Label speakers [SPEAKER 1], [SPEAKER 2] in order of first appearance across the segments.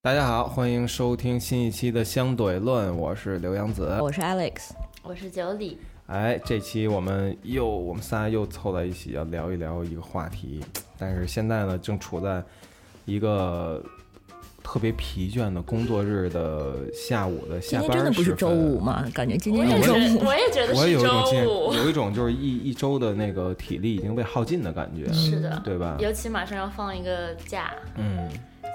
[SPEAKER 1] 大家好，欢迎收听新一期的《相对论》，我是刘洋子。
[SPEAKER 2] 我是 Alex，
[SPEAKER 3] 我是九里，
[SPEAKER 1] 哎，这期我们又我们仨又凑在一起要聊一聊一个话题，但是现在呢，正处在一个特别疲倦的工作日的下午的
[SPEAKER 2] 今
[SPEAKER 1] 下
[SPEAKER 2] 天
[SPEAKER 1] 班。
[SPEAKER 2] 真的不是周五？吗？感觉今
[SPEAKER 3] 我
[SPEAKER 2] 天
[SPEAKER 3] 也
[SPEAKER 2] 是周
[SPEAKER 3] 觉，
[SPEAKER 2] 五
[SPEAKER 3] 我。也觉得
[SPEAKER 1] 我也
[SPEAKER 3] 是
[SPEAKER 1] 有一
[SPEAKER 3] 周
[SPEAKER 1] 种见
[SPEAKER 3] 五，
[SPEAKER 1] 有一种就是一一周的那个体力已经被耗尽的感觉，
[SPEAKER 3] 是的，
[SPEAKER 1] 对吧？
[SPEAKER 3] 尤其马上要放一个假，
[SPEAKER 1] 嗯，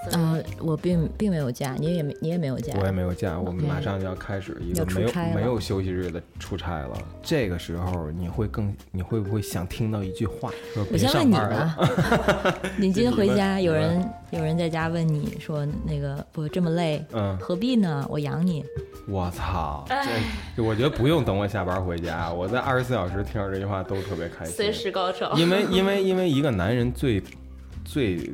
[SPEAKER 3] 所以
[SPEAKER 2] 啊，我并并没有假，你也没你也没有假，嗯
[SPEAKER 1] 我也没有假，我们
[SPEAKER 3] OK
[SPEAKER 1] 马上就要开始一个
[SPEAKER 2] 要出
[SPEAKER 1] 没有
[SPEAKER 2] 差了
[SPEAKER 1] 没有休息日的出差了。这个时候你会更你会不会想听到一句话？说
[SPEAKER 2] 我
[SPEAKER 1] 别
[SPEAKER 2] 先
[SPEAKER 1] 上
[SPEAKER 2] 问你
[SPEAKER 1] 班了。
[SPEAKER 2] 吧， 你今天回家，
[SPEAKER 1] 你
[SPEAKER 2] 有
[SPEAKER 1] 问
[SPEAKER 2] 人有人在家问你说那个我这么累，
[SPEAKER 1] 嗯，
[SPEAKER 2] 何必呢？我养你。
[SPEAKER 1] 我操！这我觉得不用等我下班回家，我在二十四小时听到这句话都特别开心。
[SPEAKER 3] 随时高潮。
[SPEAKER 1] 因为因为因为一个男人最最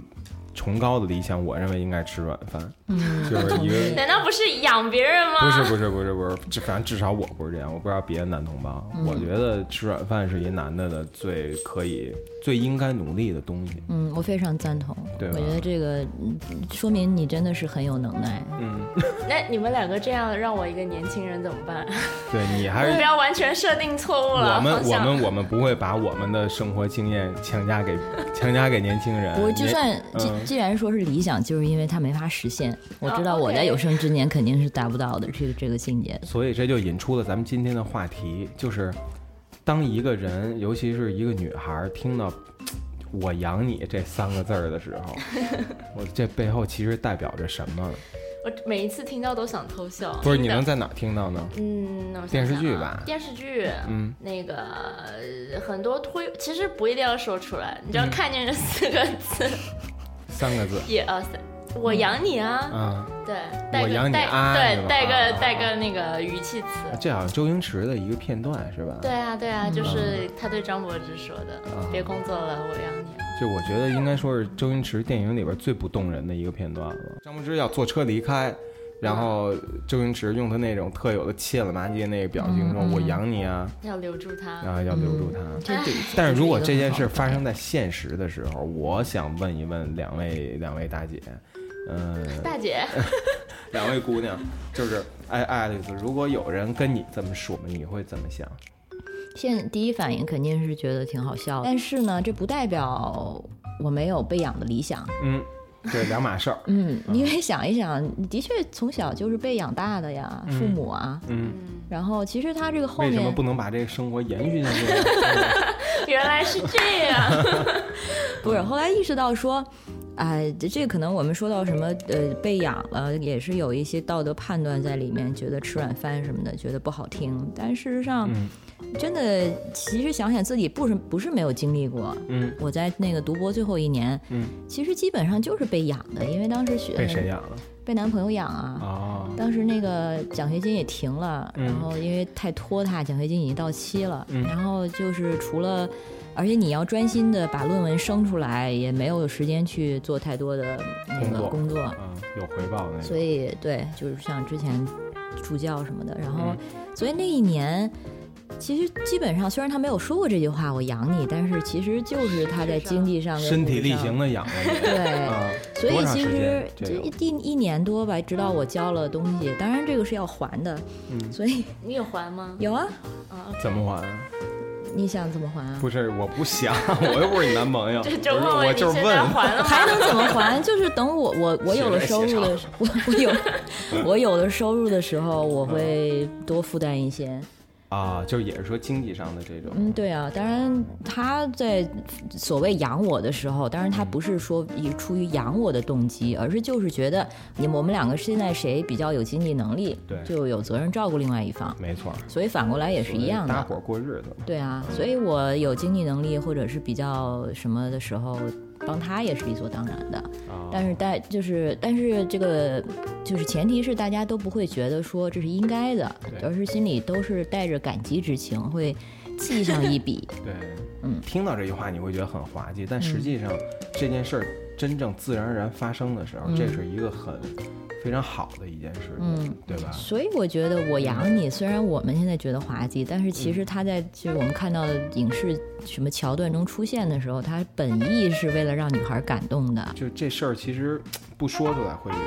[SPEAKER 1] 崇高的理想，我认为应该吃软饭，
[SPEAKER 2] 嗯，
[SPEAKER 1] 就是一个
[SPEAKER 3] 难道不是养别人吗？
[SPEAKER 1] 不是不是不是不是，至反正至少我不是这样，我不知道别的男同胞，我
[SPEAKER 3] 嗯
[SPEAKER 1] 觉得吃软饭是一男的的最可以、最应该努力的东西。
[SPEAKER 2] 嗯，我非常赞同。
[SPEAKER 1] 对
[SPEAKER 2] 我
[SPEAKER 1] 吧
[SPEAKER 2] 觉得这个嗯说明你真的是很有能耐。
[SPEAKER 1] 嗯，
[SPEAKER 3] 那你们两个这样让我一个年轻人怎么办？
[SPEAKER 1] 对你还
[SPEAKER 3] 目
[SPEAKER 1] 是
[SPEAKER 3] 标完全设定错误了，
[SPEAKER 1] 我们
[SPEAKER 3] 好
[SPEAKER 1] 我
[SPEAKER 3] 像
[SPEAKER 1] 们我们不会把我们的生活经验强加给强加给年轻人。
[SPEAKER 2] 我就
[SPEAKER 1] 年
[SPEAKER 2] 算既
[SPEAKER 1] 嗯啊
[SPEAKER 2] 既然说是理想，就是因为它没法实现。我知道我在
[SPEAKER 3] OK
[SPEAKER 2] 有生之年肯定是达不到的这个这个境界。
[SPEAKER 1] 所以这就引出了咱们今天的话题，就是当一个人，尤其是一个女孩儿，听到“我养你”这三个字儿的时 候，我这背后其实代表着什么？
[SPEAKER 3] 我每一次听到都想偷笑。
[SPEAKER 1] 不是你
[SPEAKER 3] 真的
[SPEAKER 1] 能在哪儿听到呢？
[SPEAKER 3] 嗯，那我想
[SPEAKER 1] 电视
[SPEAKER 3] 想
[SPEAKER 1] 剧
[SPEAKER 3] 啊
[SPEAKER 1] 吧
[SPEAKER 3] 电视剧，
[SPEAKER 1] 嗯，
[SPEAKER 3] 那个呃很多推，其实不一定要说出来，你只要
[SPEAKER 1] 嗯
[SPEAKER 3] 看见这四个字，
[SPEAKER 1] 三个字。
[SPEAKER 3] 一二三，我养你啊，
[SPEAKER 1] 啊，
[SPEAKER 3] 对，带
[SPEAKER 1] 我
[SPEAKER 3] 个
[SPEAKER 1] 养你
[SPEAKER 3] 带
[SPEAKER 1] 啊是吧
[SPEAKER 3] 对，带
[SPEAKER 1] 啊
[SPEAKER 3] 个带
[SPEAKER 1] 啊
[SPEAKER 3] 个那个语气词。
[SPEAKER 1] 这好像周星驰的一个片段是吧？
[SPEAKER 3] 对，啊，对啊，就是他对张柏芝说的
[SPEAKER 1] 嗯啊：“
[SPEAKER 3] 别工作了，我养你。
[SPEAKER 1] 就我觉得应该说是周星驰电影里边最不动人的一个片段了。张柏芝要坐车离开，然后周星驰用他那种特有的切了麻街那个表情
[SPEAKER 2] 嗯
[SPEAKER 1] 说：“我养你啊”，”
[SPEAKER 3] 要留住他。
[SPEAKER 1] 然后要留住他。嗯
[SPEAKER 2] 这对
[SPEAKER 1] 但是如果这件
[SPEAKER 2] 这
[SPEAKER 1] 事
[SPEAKER 2] 是一个很好的
[SPEAKER 1] 发生在现实的时候，我想问一问两位两位大姐，嗯、
[SPEAKER 3] 大姐，
[SPEAKER 1] 两位姑娘，就是哎爱丽丝，如果有人跟你这么说，你会怎么想？
[SPEAKER 2] 现第一反应肯定是觉得挺好笑的，但是呢，这不代表我没有被养的理想。
[SPEAKER 1] 嗯，这两码事儿。
[SPEAKER 2] 嗯，因为想一想，你的确从小就是被养大的呀，父母啊。
[SPEAKER 1] 嗯，
[SPEAKER 3] 嗯，
[SPEAKER 2] 然后其实他这个后
[SPEAKER 1] 为什么
[SPEAKER 2] 面
[SPEAKER 1] 不能把这个生活延续下去？
[SPEAKER 3] 原来是这样。
[SPEAKER 2] 不是后来意识到说，哎，这这可能我们说到什么呃被养了，也是有一些道德判断在里面，觉得吃软饭什么的，觉得不好听。但事实上，
[SPEAKER 1] 嗯
[SPEAKER 2] 真的其实想想自己不是不是没有经历过，
[SPEAKER 1] 嗯
[SPEAKER 2] 我在那个读博最后一年，
[SPEAKER 1] 嗯，
[SPEAKER 2] 其实基本上就是被养的，因为当时学
[SPEAKER 1] 被谁？养了？
[SPEAKER 2] 被男朋友养啊。
[SPEAKER 1] 哦，
[SPEAKER 2] 当时那个奖学金也停了，
[SPEAKER 1] 嗯
[SPEAKER 2] 然后因为太拖沓，奖学金已经到期了。
[SPEAKER 1] 嗯
[SPEAKER 2] 然后就是除了，而且你要专心的把论文生出来，也没有时间去做太多的那
[SPEAKER 1] 工
[SPEAKER 2] 个
[SPEAKER 1] 作
[SPEAKER 2] 工作。
[SPEAKER 1] 啊，有回报那
[SPEAKER 2] 所
[SPEAKER 1] 个。
[SPEAKER 2] 以对，就是像之前助教什么的，然后、
[SPEAKER 1] 嗯
[SPEAKER 2] 所以那一年。其实基本上，虽然他没有说过这句话“我养你”，但是其实就是他在经济上跟
[SPEAKER 1] 身体
[SPEAKER 2] 物质
[SPEAKER 1] 力
[SPEAKER 2] 上
[SPEAKER 1] 行的养了你
[SPEAKER 2] 对，
[SPEAKER 1] 啊，
[SPEAKER 2] 所
[SPEAKER 1] 多
[SPEAKER 2] 以
[SPEAKER 1] 长
[SPEAKER 2] 其
[SPEAKER 1] 时
[SPEAKER 2] 实
[SPEAKER 1] 间
[SPEAKER 2] 这
[SPEAKER 1] 这
[SPEAKER 2] 一
[SPEAKER 1] 个
[SPEAKER 2] 一一年多吧，直到我交了东西，当然这个是要还的，
[SPEAKER 1] 嗯
[SPEAKER 2] 所以
[SPEAKER 3] 你有还吗？
[SPEAKER 2] 有啊，
[SPEAKER 3] 啊，
[SPEAKER 1] 怎么还啊？
[SPEAKER 2] 你想怎么还啊？
[SPEAKER 1] 不是，我不想，我又不是你男朋友，
[SPEAKER 3] 这
[SPEAKER 1] 不
[SPEAKER 3] 周
[SPEAKER 1] 是
[SPEAKER 3] 问
[SPEAKER 1] 我
[SPEAKER 3] 你
[SPEAKER 1] 就是
[SPEAKER 3] 现在
[SPEAKER 1] 问。
[SPEAKER 3] 还了吗？
[SPEAKER 2] 还 能怎么还？就是等我我我有了收入的时候， 我我有我有了收入的时候，我 会多负担一些。
[SPEAKER 1] 啊，就是也是说经济上的这种，
[SPEAKER 2] 嗯，对啊，当然他在所谓养我的时候，当然他不是说以出于养我的动机，而是就是觉得你我们两个现在谁比较有经济能力，
[SPEAKER 1] 对
[SPEAKER 2] 就有责任照顾另外一方。
[SPEAKER 1] 没错，
[SPEAKER 2] 所以反过来也是一样
[SPEAKER 1] 搭
[SPEAKER 2] 的，
[SPEAKER 1] 伙过日子嘛。
[SPEAKER 2] 对啊，所以我有经济能力或者是比较什么的时候，帮他也是理所当然的。
[SPEAKER 1] 啊，
[SPEAKER 2] 但是但就是但是这个就是前提是大家都不会觉得说这是应该的
[SPEAKER 1] 对，
[SPEAKER 2] 而是心里都是带着感激之情，会记上一 笔。
[SPEAKER 1] 对，
[SPEAKER 2] 嗯
[SPEAKER 1] 听到这句话你会觉得很滑稽，但实际上这件事儿真正自然而然发生的时候，这是一个很非常好的一件事情，
[SPEAKER 2] 嗯
[SPEAKER 1] 对吧？
[SPEAKER 2] 所以我觉得我养你，虽然我们现在觉得滑稽，但是其实它在就是我们看到的影视什么桥段中出现的时候，它本意是为了让女孩感动的。
[SPEAKER 1] 就这事儿其实不说出来会会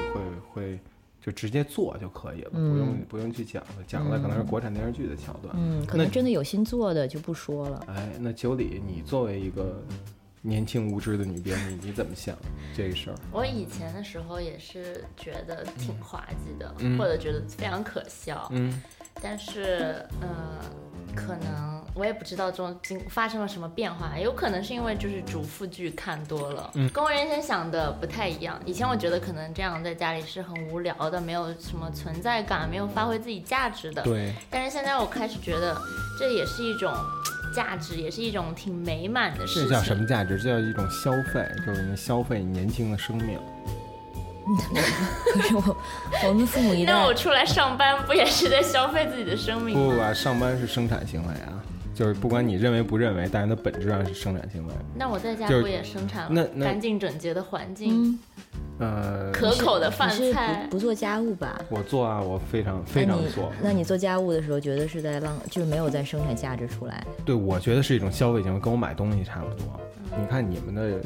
[SPEAKER 1] 会就直接做就可以了，不用不用去讲了，讲的可能是国产电视剧的桥段。
[SPEAKER 2] 嗯，可
[SPEAKER 1] 那
[SPEAKER 2] 能真的有心做的就不说 了。
[SPEAKER 1] 哎，那九里，你作为一个年轻无知的女编，你你怎么想这个事儿？
[SPEAKER 3] 我以前的时候也是觉得挺滑稽的，
[SPEAKER 1] 嗯
[SPEAKER 3] 或者觉得非常可笑，
[SPEAKER 1] 嗯
[SPEAKER 3] 但是呃，可能我也不知道中经发生了什么变化，有可能是因为就是主妇剧看多了，
[SPEAKER 1] 嗯
[SPEAKER 3] 跟我原先想的不太一样。以前我觉得可能这样在家里是很无聊的，没有什么存在感，没有发挥自己价值的。
[SPEAKER 1] 对，
[SPEAKER 3] 但是现在我开始觉得，这也是一种价值，也是一种挺美满的
[SPEAKER 1] 这
[SPEAKER 3] 事情。
[SPEAKER 1] 叫什么价值？这叫一种消费，就是你消费年轻的生命。
[SPEAKER 2] 可是我我们父母 一
[SPEAKER 3] 那
[SPEAKER 2] 代
[SPEAKER 3] 我，出来上班不也是在消费自己的生命
[SPEAKER 1] 不
[SPEAKER 3] 吗？
[SPEAKER 1] 不不，上班是生产行为啊，就是不管你认为不认为，但是它本质上是生产行为。
[SPEAKER 3] 那我在家
[SPEAKER 1] 就是
[SPEAKER 3] 不也生产
[SPEAKER 1] 那
[SPEAKER 3] 了
[SPEAKER 1] 那
[SPEAKER 3] 干净整洁的环境、
[SPEAKER 2] 嗯，
[SPEAKER 1] 呃，
[SPEAKER 3] 可口的饭
[SPEAKER 2] 你是
[SPEAKER 3] 菜
[SPEAKER 2] 不？不做家务吧？
[SPEAKER 1] 我做啊，我非常
[SPEAKER 2] 那
[SPEAKER 1] 非常
[SPEAKER 2] 你
[SPEAKER 1] 做。
[SPEAKER 2] 那你做家务的时候，觉得是在浪，就是没有在生产价值出来。
[SPEAKER 1] 对，我觉得是一种消费行为，跟我买东西差不多。你看你们的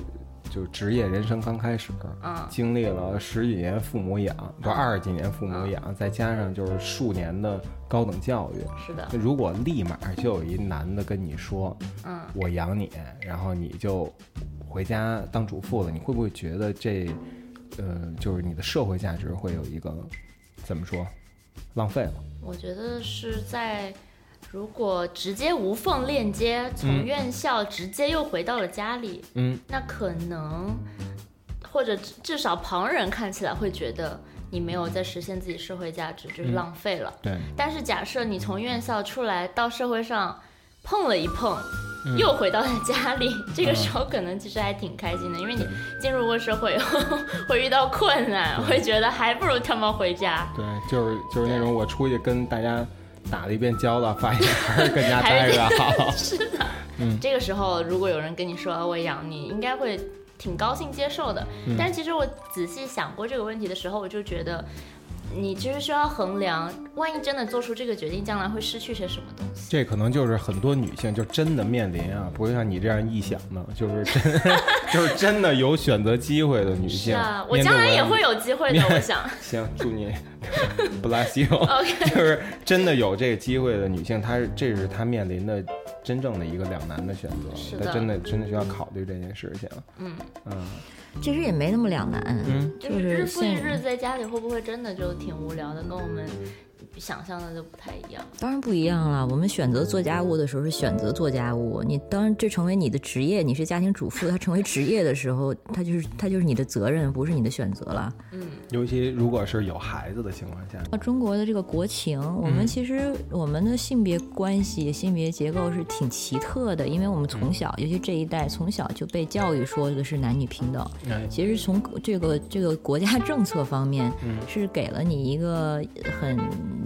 [SPEAKER 1] 就职业人生刚开始，
[SPEAKER 3] 嗯
[SPEAKER 1] 经历了十几年父母养，不是二十几年父母养，再加上就是数年的高等教育。
[SPEAKER 3] 是的，
[SPEAKER 1] 那如果立马就有一男的跟你说
[SPEAKER 3] 嗯，
[SPEAKER 1] 我养你，然后你就回家当主妇了，你会不会觉得这，呃，就是你的社会价值会有一个怎么说，浪费了？
[SPEAKER 3] 我觉得是在如果直接无缝链接，从
[SPEAKER 1] 嗯
[SPEAKER 3] 院校直接又回到了家里，
[SPEAKER 1] 嗯，
[SPEAKER 3] 那可能或者至至少旁人看起来会觉得你没有在实现自己社会价值，就是
[SPEAKER 1] 嗯
[SPEAKER 3] 浪费了。
[SPEAKER 1] 对，
[SPEAKER 3] 但是假设你从院校出来到社会上碰了一碰，
[SPEAKER 1] 嗯
[SPEAKER 3] 又回到了家里，这个时候可能其实还挺开心的，因为你
[SPEAKER 1] 对
[SPEAKER 3] 进入过社会 以后会遇到困难，会觉得还不如他妈回家，
[SPEAKER 1] 对，就是就是那种我出去跟大家打了一遍交道，发现还是跟家
[SPEAKER 3] 还
[SPEAKER 1] 待
[SPEAKER 3] 是
[SPEAKER 1] 着啊好。
[SPEAKER 3] 这个时候，如果有人跟你说啊我养你，应该会挺高兴接受的。
[SPEAKER 1] 嗯
[SPEAKER 3] 但其实我仔细想过这个问题的时候，我就觉得，你其实需要衡量，万一真的做出这个决定，将来会失去些什么东 西。
[SPEAKER 1] 这可能就是很多女性就真的面临啊，不会像你这样臆想的，就是 真就是真的有选择机会的女
[SPEAKER 3] 是
[SPEAKER 1] 性。
[SPEAKER 3] 啊，我
[SPEAKER 1] 面对
[SPEAKER 3] 将来也
[SPEAKER 1] 的
[SPEAKER 3] 会有机会的
[SPEAKER 1] 面，对
[SPEAKER 3] 我想。
[SPEAKER 1] 行，祝 你 bless you。就是 真的有这个机会的女性，她是这是她面临的真正的一个两难的选
[SPEAKER 3] 是
[SPEAKER 1] 择，
[SPEAKER 3] 的
[SPEAKER 1] 她真的真的需要考虑这件事情。
[SPEAKER 3] 嗯
[SPEAKER 1] 嗯
[SPEAKER 2] 其实也没那么两难，
[SPEAKER 1] 嗯，
[SPEAKER 3] 就是日复一
[SPEAKER 2] 现
[SPEAKER 3] 日在家里会不会真的就挺无聊的，跟我们想象的就不太一样？
[SPEAKER 2] 当然不一样了。我们选择做家务的时候是选择做家务，你当然这成为你的职业，你是家庭主妇，它成为职业的时候， 它就是它就是你的责任，不是你的选择了。
[SPEAKER 3] 嗯，
[SPEAKER 1] 尤其如果是有孩子的情况下，
[SPEAKER 2] 那中国的这个国情，我们其实我们的性别关系、性别结构是挺奇特的，因为我们从小，尤其这一代从小就被教育说这个是男女平等。
[SPEAKER 1] 哎
[SPEAKER 2] 其实从这个这个国家政策方面，是给了你一个很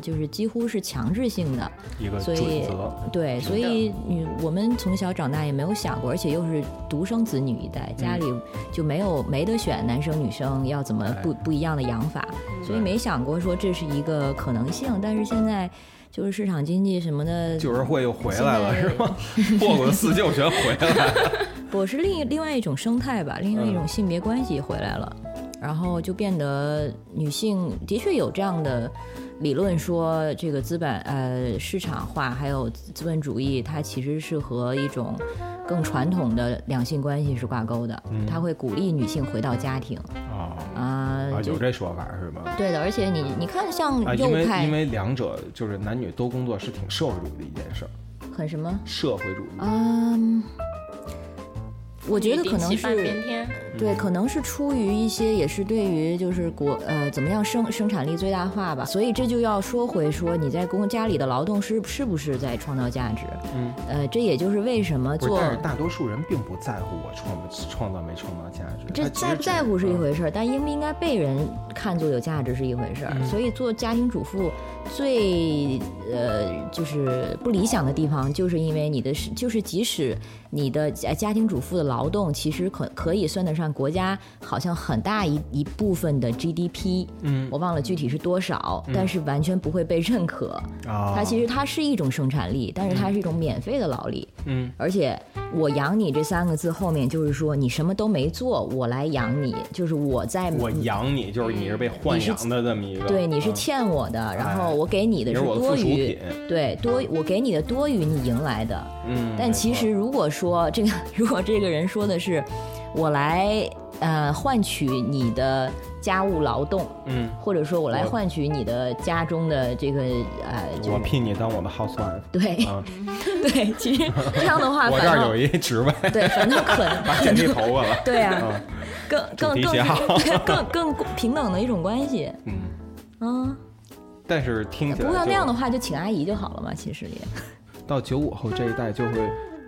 [SPEAKER 2] 就是几乎是强制性的，
[SPEAKER 1] 一个
[SPEAKER 2] 所
[SPEAKER 1] 准
[SPEAKER 2] 以
[SPEAKER 1] 则。
[SPEAKER 2] 对，所以你我们从小长大也没有想过，而且又是独生子女一代，家里就没有没得选男生女生要怎么不不一样的养法，所以没想过说这是一个可能性。但是现在就是市场经济什么的，
[SPEAKER 1] 旧社会又回来了
[SPEAKER 3] 现
[SPEAKER 1] 是
[SPEAKER 3] 在
[SPEAKER 1] 吗？破骨的四旧全回来了。
[SPEAKER 2] 我是另一另外一种生态
[SPEAKER 1] 嗯
[SPEAKER 2] 吧，另外一种性别关系回来了，然后就变得女性的确有这样的理论说，这个资本呃市场化还有资本主义，它其实是和一种更传统的两性关系是挂钩的，
[SPEAKER 1] 嗯
[SPEAKER 2] 它会鼓励女性回到家庭
[SPEAKER 1] 哦，
[SPEAKER 2] 啊、
[SPEAKER 1] 啊，
[SPEAKER 2] 就
[SPEAKER 1] 有这说法是吧？
[SPEAKER 2] 对的，而且你你看像
[SPEAKER 1] 啊，因
[SPEAKER 2] 右
[SPEAKER 1] 为
[SPEAKER 2] 派、
[SPEAKER 1] 因为两者就是男女都工作是挺社会主义的一件事儿，
[SPEAKER 2] 很什么
[SPEAKER 1] 社会主义。
[SPEAKER 2] 嗯。我觉得可能
[SPEAKER 3] 女顶起半
[SPEAKER 2] 是
[SPEAKER 3] 边天，
[SPEAKER 1] 嗯
[SPEAKER 2] 对，可能是出于一些，也是对于就是国呃怎么样生生产力最大化吧，所以这就要说回说你在公家里的劳动是是不是在创造价值？
[SPEAKER 1] 嗯，
[SPEAKER 2] 呃，这也就是为什么
[SPEAKER 1] 不是，
[SPEAKER 2] 做
[SPEAKER 1] 但是大多数人并不在乎我创不创造没创造价值，
[SPEAKER 2] 这
[SPEAKER 1] 他其实
[SPEAKER 2] 在不
[SPEAKER 1] 只嗯
[SPEAKER 2] 在乎是一回事儿，但应不应该被人看作有价值是一回事
[SPEAKER 1] 嗯
[SPEAKER 2] 儿。所以做家庭主妇最呃就是不理想的地方，就是因为你的是就是即使你的家家庭主妇的劳动其实可可以算得上，国家好像很大一一部分的 GDP，
[SPEAKER 1] 嗯
[SPEAKER 2] 我忘了具体是多少，
[SPEAKER 1] 嗯
[SPEAKER 2] 但是完全不会被认可。
[SPEAKER 1] 啊，
[SPEAKER 2] 它其实它是一种生产力，但是它是一种免费的劳力。
[SPEAKER 1] 嗯
[SPEAKER 2] 而且“我养你”这三个字后面就是说你什么都没做，我来养你，就是我在
[SPEAKER 1] 我养你就是你是被豢养的这么一个，
[SPEAKER 2] 嗯对你是
[SPEAKER 1] 嗯
[SPEAKER 2] 欠我的，然后我给你的
[SPEAKER 1] 你
[SPEAKER 2] 是
[SPEAKER 1] 是我的附
[SPEAKER 2] 多
[SPEAKER 1] 属
[SPEAKER 2] 余
[SPEAKER 1] 品，，
[SPEAKER 2] 对多我给你的多余你迎来的。
[SPEAKER 1] 嗯，
[SPEAKER 2] 但
[SPEAKER 1] 没
[SPEAKER 2] 其
[SPEAKER 1] 错
[SPEAKER 2] 实如果说这个，如果这个人说的是我来呃换取你的家务劳动，
[SPEAKER 1] 嗯，
[SPEAKER 2] 或者说我来
[SPEAKER 1] 我
[SPEAKER 2] 换取你的家中的这个呃，就
[SPEAKER 1] 我
[SPEAKER 2] 是
[SPEAKER 1] 聘你当我的 housewife
[SPEAKER 2] 对、
[SPEAKER 1] 啊，
[SPEAKER 2] 对，其实这样的话
[SPEAKER 1] 我
[SPEAKER 2] 反
[SPEAKER 1] 这儿
[SPEAKER 2] 倒
[SPEAKER 1] 有一职位，
[SPEAKER 2] 对反倒可能
[SPEAKER 1] 把剪剃头发了，
[SPEAKER 2] 对啊，
[SPEAKER 1] 啊，
[SPEAKER 2] 更更
[SPEAKER 1] 主题
[SPEAKER 2] 更
[SPEAKER 1] 写好
[SPEAKER 2] 是 更更平等的一种关系，
[SPEAKER 1] 嗯，
[SPEAKER 2] 嗯，
[SPEAKER 1] 但是听起
[SPEAKER 2] 不过
[SPEAKER 1] 来
[SPEAKER 2] 要那样
[SPEAKER 1] 嗯就
[SPEAKER 2] 的话就请阿姨就好了嘛，其实也
[SPEAKER 1] 到九五后这一代就会，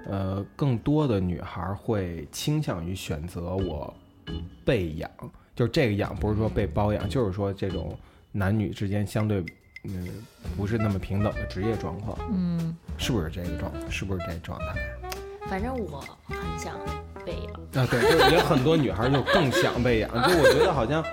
[SPEAKER 1] 呃，更多的女孩儿会倾向于选择我被养，就是这个养不是说被包养，就是说这种男女之间相对嗯不是那么平等的职业状况，
[SPEAKER 2] 嗯，
[SPEAKER 1] 是不是这个状？是不是这个状态？
[SPEAKER 3] 反正我很想被养。
[SPEAKER 1] 啊，对，就是也很多女孩儿就更想被养。就我觉得好像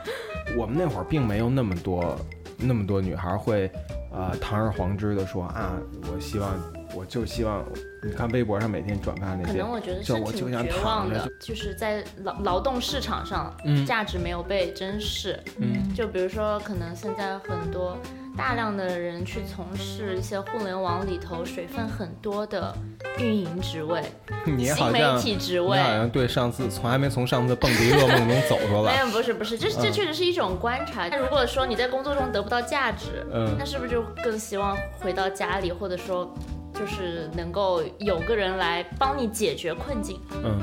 [SPEAKER 1] 我们那会儿并没有那么多那么多女孩儿会呃堂而皇之的说啊，我希望我就希望你看微博上每天转发那
[SPEAKER 3] 可
[SPEAKER 1] 些
[SPEAKER 3] 能，我觉得
[SPEAKER 1] 就是我就
[SPEAKER 3] 挺
[SPEAKER 1] 想
[SPEAKER 3] 绝
[SPEAKER 1] 躺
[SPEAKER 3] 望
[SPEAKER 1] 着
[SPEAKER 3] 的，就是在劳劳动市场上，
[SPEAKER 1] 嗯
[SPEAKER 3] 价值没有被珍视。
[SPEAKER 1] 嗯
[SPEAKER 3] 就比如说，可能现在很多大量的人去从事一些互联网里头水分很多的运营职位、
[SPEAKER 1] 你
[SPEAKER 3] 新
[SPEAKER 1] 好
[SPEAKER 3] 媒
[SPEAKER 1] 像
[SPEAKER 3] 体职
[SPEAKER 1] 你
[SPEAKER 3] 位。
[SPEAKER 1] 好像对上次从还没从上次蹦迪噩梦中走出
[SPEAKER 3] 没
[SPEAKER 1] 来，
[SPEAKER 3] 有，不是不是，这这
[SPEAKER 1] 嗯
[SPEAKER 3] 确实是一种观察。那、如果说你在工作中得不到价值，
[SPEAKER 1] 嗯
[SPEAKER 3] 那是不是就更希望回到家里，或者说就是能够有个人来帮你解决困境？
[SPEAKER 1] 嗯，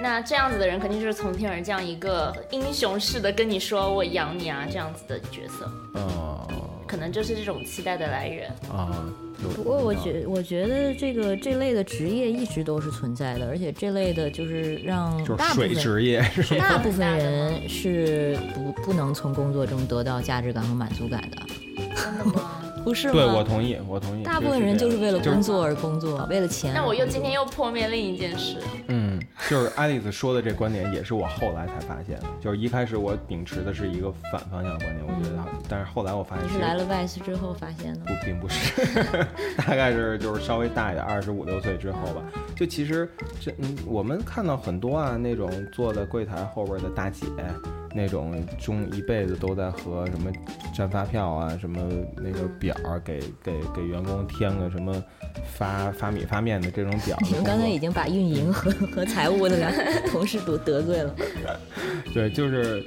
[SPEAKER 3] 那这样子的人肯定就是从天而降一个英雄式的跟你说我养你啊这样子的角色，
[SPEAKER 1] 哦
[SPEAKER 3] 可能就是这种期待的来源。
[SPEAKER 1] 啊，有
[SPEAKER 2] 不过我觉我觉得这个这类的职业一直都是存在的，而且这类的就是让
[SPEAKER 1] 就是
[SPEAKER 2] 大部
[SPEAKER 1] 水
[SPEAKER 2] 分
[SPEAKER 1] 职业是吧
[SPEAKER 2] 大部分人是不不能从工作中得到价值感和满足感的，
[SPEAKER 3] 真的
[SPEAKER 1] 嗯
[SPEAKER 3] 吗？
[SPEAKER 2] 不是吗？
[SPEAKER 1] 对我同意，我同意，
[SPEAKER 2] 大部分人
[SPEAKER 1] 这
[SPEAKER 2] 就是
[SPEAKER 1] 样
[SPEAKER 2] 为了
[SPEAKER 1] 就是
[SPEAKER 2] 工作而工作，为了钱而工作。
[SPEAKER 3] 那我又今天又破灭另一件事，
[SPEAKER 1] 嗯，就是爱丽丝说的这观点，也是我后来才发现的。就是一开始我秉持的是一个反方向的观点，我觉得好，但是后来我发现
[SPEAKER 2] 嗯你
[SPEAKER 1] 其
[SPEAKER 2] 是
[SPEAKER 1] 实
[SPEAKER 2] 来了 VICE 之后发现的
[SPEAKER 1] 不，并不是， 大概是就是稍微大一点，二十五六岁之后吧。就其实这，嗯，我们看到很多啊，那种坐在柜台后边的大姐，那种中一辈子都在和什么站发票啊，什么那个表儿给给给员工添个什么发发米发面的这种 表儿的工
[SPEAKER 2] 你
[SPEAKER 1] 作。
[SPEAKER 2] 们刚才已经把运营和和财务的两同事都得罪了。
[SPEAKER 1] 对，就是，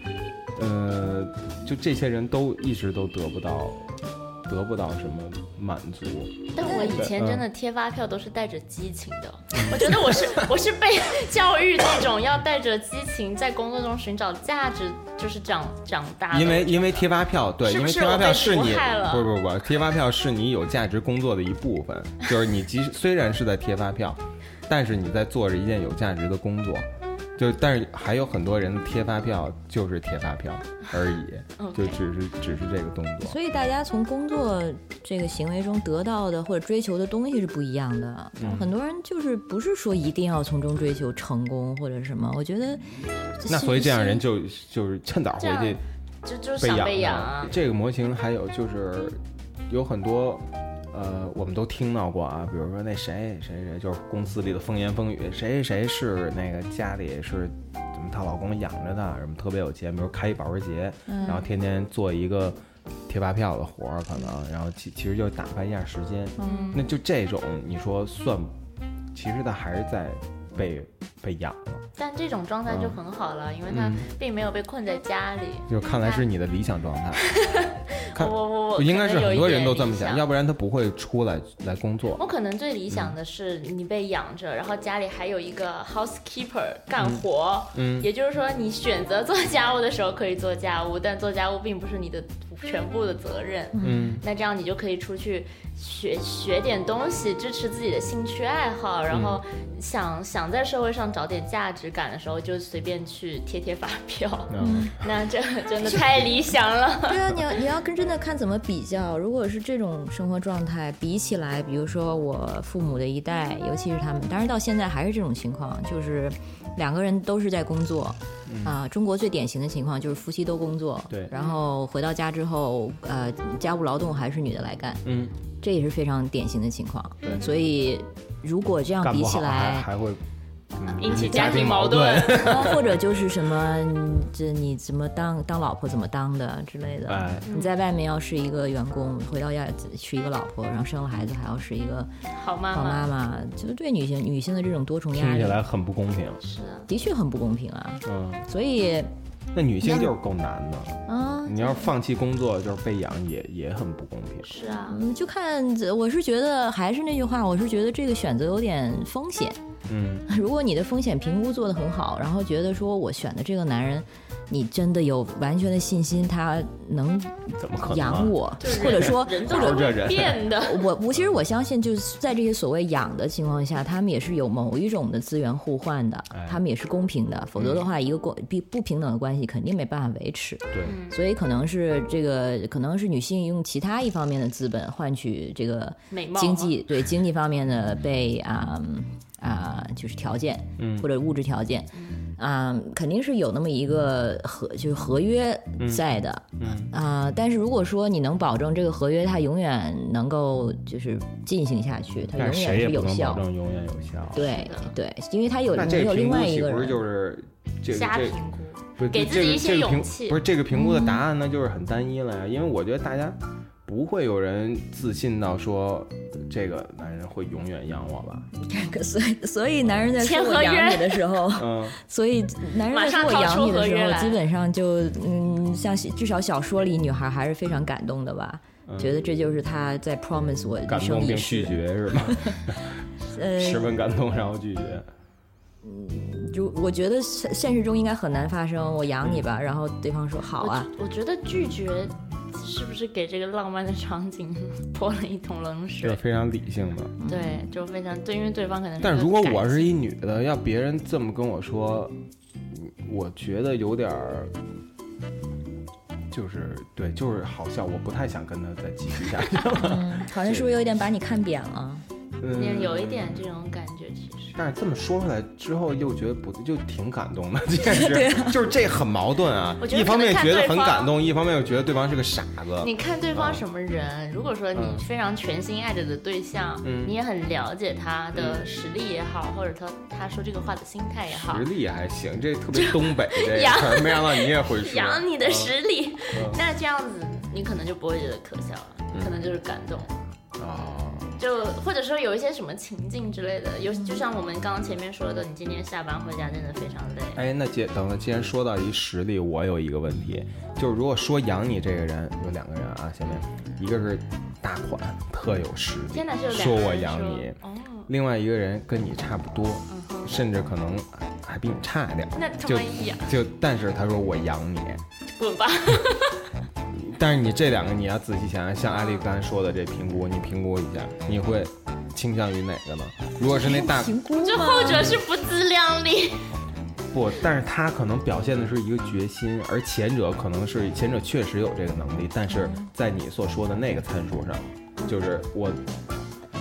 [SPEAKER 1] 呃，就这些人都一直都得不到，得不到什么满足。
[SPEAKER 3] 但我以前
[SPEAKER 1] 嗯
[SPEAKER 3] 真的贴发票都是带着激情的，我觉得我是 我是被教育那种要带着激情在工作中寻找价值，就是长长大的。
[SPEAKER 1] 因为因为贴发票，对，
[SPEAKER 3] 是
[SPEAKER 1] 因
[SPEAKER 3] 不
[SPEAKER 1] 为
[SPEAKER 3] 是
[SPEAKER 1] 贴发
[SPEAKER 3] 我
[SPEAKER 1] 票
[SPEAKER 3] 被
[SPEAKER 1] 是
[SPEAKER 3] 毒
[SPEAKER 1] 你
[SPEAKER 3] 害了，
[SPEAKER 1] 不不不，贴发票是你有价值工作的一部分，就是你即使虽然是在贴发票，但是你在做着一件有价值的工作。就但是还有很多人贴发票就是贴发票而已，就
[SPEAKER 3] 嗯 OK
[SPEAKER 1] 只是只是这个动作。
[SPEAKER 2] 所以大家从工作这个行为中得到的或者追求的东西是不一样的。很多人就是不是说一定要从中追求成功或者什么，我觉得
[SPEAKER 1] 那所以这样人
[SPEAKER 2] 就
[SPEAKER 1] 就就是趁早回
[SPEAKER 3] 这样
[SPEAKER 1] 去
[SPEAKER 3] 就就
[SPEAKER 1] 被
[SPEAKER 3] 想
[SPEAKER 1] 养
[SPEAKER 3] 被养
[SPEAKER 1] 的
[SPEAKER 3] 啊，
[SPEAKER 1] 这个模型还有就是有很多。呃，我们都听到过啊，比如说那谁谁谁，就是公司里的风言风语，谁谁谁是那个家里是怎么她老公养着的，什么特别有钱，比如开一保时捷，
[SPEAKER 3] 嗯
[SPEAKER 1] 然后天天做一个贴发票的活儿，可能，然后其其实就打发一下时间。
[SPEAKER 2] 嗯
[SPEAKER 1] 那就这种，你说算，其实他还是在被被养了，
[SPEAKER 3] 但这种状态就很好了，因为他
[SPEAKER 1] 嗯
[SPEAKER 3] 并没有被困在家里。
[SPEAKER 1] 就是看来是你的理想状态。看
[SPEAKER 3] 我我我
[SPEAKER 1] 应该
[SPEAKER 3] 可
[SPEAKER 1] 是
[SPEAKER 3] 能
[SPEAKER 1] 很
[SPEAKER 3] 有一
[SPEAKER 1] 多
[SPEAKER 3] 点
[SPEAKER 1] 人都这么
[SPEAKER 3] 理
[SPEAKER 1] 想，要不然他不会出来来工作。
[SPEAKER 3] 我可能最理想的是你被养着，然后家里还有一个 housekeeper 干活，
[SPEAKER 1] 嗯，
[SPEAKER 3] 也就是说你选择做家务的时候可以做家务，但做家务并不是你的全部的责任。
[SPEAKER 1] 嗯
[SPEAKER 3] 那这样你就可以出去学学点东西，支持自己的兴趣爱好，然后想、想在社会上找点价值感的时候，就随便去贴贴发票。
[SPEAKER 1] 嗯，
[SPEAKER 3] 那这真的太理想了。
[SPEAKER 2] 对啊，你要你要跟真的看怎么比较。如果是这种生活状态比起来，比如说我父母的一代，尤其是他们，当然到现在还是这种情况，就是两个人都是在工作。啊、中国最典型的情况就是夫妻都工作，
[SPEAKER 1] 嗯对
[SPEAKER 2] 然后回到家之后，呃，家务劳动还是女的来干，
[SPEAKER 1] 嗯，
[SPEAKER 2] 这也是非常典型的情况。
[SPEAKER 1] 对
[SPEAKER 2] 所以如果这样
[SPEAKER 1] 干
[SPEAKER 2] 比
[SPEAKER 1] 不
[SPEAKER 2] 起
[SPEAKER 1] 好啊还
[SPEAKER 2] 来，
[SPEAKER 1] 还会嗯
[SPEAKER 3] 引起
[SPEAKER 1] 家
[SPEAKER 3] 家
[SPEAKER 1] 庭
[SPEAKER 3] 庭
[SPEAKER 1] 矛
[SPEAKER 3] 矛盾。
[SPEAKER 2] 啊 或者就是什么，嗯这你怎么当当老婆怎么当的之类的。
[SPEAKER 1] 哎
[SPEAKER 2] 你在外面要是一个员工，回到家是一个老婆，然后生了孩子还要是一个
[SPEAKER 3] 好妈
[SPEAKER 2] 好
[SPEAKER 3] 妈
[SPEAKER 2] 妈妈，就是对女性女性的这种多重压
[SPEAKER 1] 听起
[SPEAKER 2] 力，
[SPEAKER 1] 来很不公平。
[SPEAKER 3] 是啊，
[SPEAKER 2] 的确很不公平啊。
[SPEAKER 1] 嗯，
[SPEAKER 2] 所以，
[SPEAKER 1] 那女性就是够难的。
[SPEAKER 2] 啊，
[SPEAKER 1] 你要是放弃工作就是被养也，也很不公平。
[SPEAKER 3] 是啊，
[SPEAKER 2] 嗯就看我是觉得还是那句话，我是觉得这个选择有点风险。
[SPEAKER 1] 嗯，
[SPEAKER 2] 如果你的风险评估做得很好，然后觉得说我选的这个男人，你真的有完全的信心他能
[SPEAKER 1] 怎么可能啊？
[SPEAKER 2] 养我，
[SPEAKER 3] 就是
[SPEAKER 2] 或者说
[SPEAKER 3] 人都
[SPEAKER 1] 哪有
[SPEAKER 3] 是
[SPEAKER 1] 这
[SPEAKER 3] 会
[SPEAKER 1] 人
[SPEAKER 3] 变的，
[SPEAKER 2] 我我其实我相信，就是在这些所谓养的情况下，他们也是有某一种的资源互换的
[SPEAKER 1] 哎，
[SPEAKER 2] 他们也是公平的，否则的话，一个过不不平等的关系肯定没办法维持。
[SPEAKER 1] 对，
[SPEAKER 2] 所以可能是这个，可能是女性用其他一方面的资本换取这个
[SPEAKER 3] 美貌
[SPEAKER 2] 经
[SPEAKER 3] 吗
[SPEAKER 2] 济对经济方面的被啊嗯啊、就是条件，或者物质条件，啊、肯定是有那么一个合就是合约在的，
[SPEAKER 1] 嗯
[SPEAKER 2] 啊、但是如果说你能保证这个合约它永远能够就是进行下去，它
[SPEAKER 1] 但
[SPEAKER 2] 永
[SPEAKER 1] 是
[SPEAKER 2] 远
[SPEAKER 1] 谁也
[SPEAKER 2] 是
[SPEAKER 1] 不
[SPEAKER 2] 有
[SPEAKER 1] 能保
[SPEAKER 2] 效，
[SPEAKER 1] 证永远有效。，
[SPEAKER 2] 对
[SPEAKER 3] 是的
[SPEAKER 2] 对，因为它有
[SPEAKER 1] 那这
[SPEAKER 2] 没
[SPEAKER 1] 个
[SPEAKER 2] 有
[SPEAKER 1] 评
[SPEAKER 2] 另
[SPEAKER 1] 估
[SPEAKER 2] 外一
[SPEAKER 1] 岂
[SPEAKER 2] 个
[SPEAKER 1] 不是
[SPEAKER 2] 人，
[SPEAKER 1] 就是这个
[SPEAKER 3] 瞎
[SPEAKER 1] 这
[SPEAKER 3] 评估，
[SPEAKER 1] 不是
[SPEAKER 3] 给
[SPEAKER 1] 这
[SPEAKER 3] 自己
[SPEAKER 1] 这
[SPEAKER 3] 一些
[SPEAKER 1] 这个
[SPEAKER 3] 勇
[SPEAKER 1] 评
[SPEAKER 3] 气
[SPEAKER 1] 不是这个评估的答案呢，就是很单一了呀。因为我觉得大家不会有人自信到说这个男人会永远养我吧。
[SPEAKER 2] 所以所以男人在说
[SPEAKER 3] 签
[SPEAKER 2] 我
[SPEAKER 3] 合
[SPEAKER 2] 养
[SPEAKER 3] 约
[SPEAKER 2] 你的时候。
[SPEAKER 1] 嗯，
[SPEAKER 2] 所 以男人
[SPEAKER 3] 马
[SPEAKER 2] 在
[SPEAKER 3] 上
[SPEAKER 2] 说我
[SPEAKER 3] 掏
[SPEAKER 2] 养
[SPEAKER 3] 出
[SPEAKER 2] 你的
[SPEAKER 3] 合
[SPEAKER 2] 时
[SPEAKER 3] 约
[SPEAKER 2] 候，
[SPEAKER 3] 来
[SPEAKER 2] 基本上就嗯，像小至少小说里女孩还是非常感动的吧，
[SPEAKER 1] 嗯
[SPEAKER 2] 觉得这就是他在 promise 我
[SPEAKER 1] 感
[SPEAKER 2] 一生
[SPEAKER 1] 动并
[SPEAKER 2] 一
[SPEAKER 1] 拒
[SPEAKER 2] 世。
[SPEAKER 1] 绝是吗？
[SPEAKER 2] 呃，
[SPEAKER 1] 十分感动然后拒绝。
[SPEAKER 2] 就我觉得现现实中应该很难发生，我养你吧，然后对方说好啊，
[SPEAKER 3] 我觉得拒绝是不是给这个浪漫的场景 泼了一桶冷
[SPEAKER 1] 是
[SPEAKER 3] 水？
[SPEAKER 1] 非常理性的。
[SPEAKER 3] 对，就非常对，因为对方可能
[SPEAKER 1] 但
[SPEAKER 3] 是
[SPEAKER 1] 如果
[SPEAKER 3] 感
[SPEAKER 1] 我
[SPEAKER 3] 情
[SPEAKER 1] 是一女的，要别人这么跟我说，我觉得有点儿，就是对，就是好笑，我不太想跟他再继续下 去。
[SPEAKER 2] 嗯，好像是不是有点把你看扁了？
[SPEAKER 1] 嗯，
[SPEAKER 3] 有一。点这种感觉，其实
[SPEAKER 1] 但是这么说出来之后，又觉得不就挺感动的， 这件事就是这很矛盾啊。
[SPEAKER 3] 啊我觉得
[SPEAKER 1] 一方面
[SPEAKER 3] 可能看
[SPEAKER 1] 觉得
[SPEAKER 3] 对
[SPEAKER 1] 很
[SPEAKER 3] 方
[SPEAKER 1] 感动，一方面又觉得对方是个傻子。
[SPEAKER 3] 你看对方什么人，如果说
[SPEAKER 1] 嗯
[SPEAKER 3] 你非常全心爱着的对象，
[SPEAKER 1] 嗯
[SPEAKER 3] 你也很了解他的实力也好，或者他他说这个话的心态也好
[SPEAKER 1] 实，力还行，这特别东北这
[SPEAKER 3] 养
[SPEAKER 1] 词儿，没想到你也会说。
[SPEAKER 3] 养你的
[SPEAKER 1] 嗯
[SPEAKER 3] 实力，
[SPEAKER 1] 嗯
[SPEAKER 3] 那这样子你可能就不会觉得可笑了，可能就是感动。
[SPEAKER 1] 啊，
[SPEAKER 3] 就或者说有一些什么情境之类的，有就像我们刚刚前面说的，你今天下班回家真的非常累，
[SPEAKER 1] 哎，那既等了，既然说到一实力，我有一个问题，就是如果说养你这个人有两个人啊，下面一个是大款特有实力
[SPEAKER 3] 天哪，是，有两
[SPEAKER 1] 说
[SPEAKER 3] 个
[SPEAKER 1] 我
[SPEAKER 3] 人
[SPEAKER 1] 养
[SPEAKER 3] 说
[SPEAKER 1] 你，
[SPEAKER 3] 哦，
[SPEAKER 1] 另外一个人跟你差不多，
[SPEAKER 3] 嗯哼，
[SPEAKER 1] 甚至可能还比你差点儿，
[SPEAKER 3] 那他
[SPEAKER 1] 就
[SPEAKER 3] 妈养
[SPEAKER 1] 就但是他说我养你，
[SPEAKER 3] 滚吧，
[SPEAKER 1] 但是你这两个你要仔细想想，像阿丽刚才说的这评估，你评估一下，你会倾向于哪个呢？如果是那大
[SPEAKER 2] 评估
[SPEAKER 3] 就
[SPEAKER 2] 吗？
[SPEAKER 3] 后者是不自量 力，
[SPEAKER 1] 不，但是他可能表现的是一个决心，而前者可能是前者确实有这个能力，但是在你所说的那个参数上，就是我，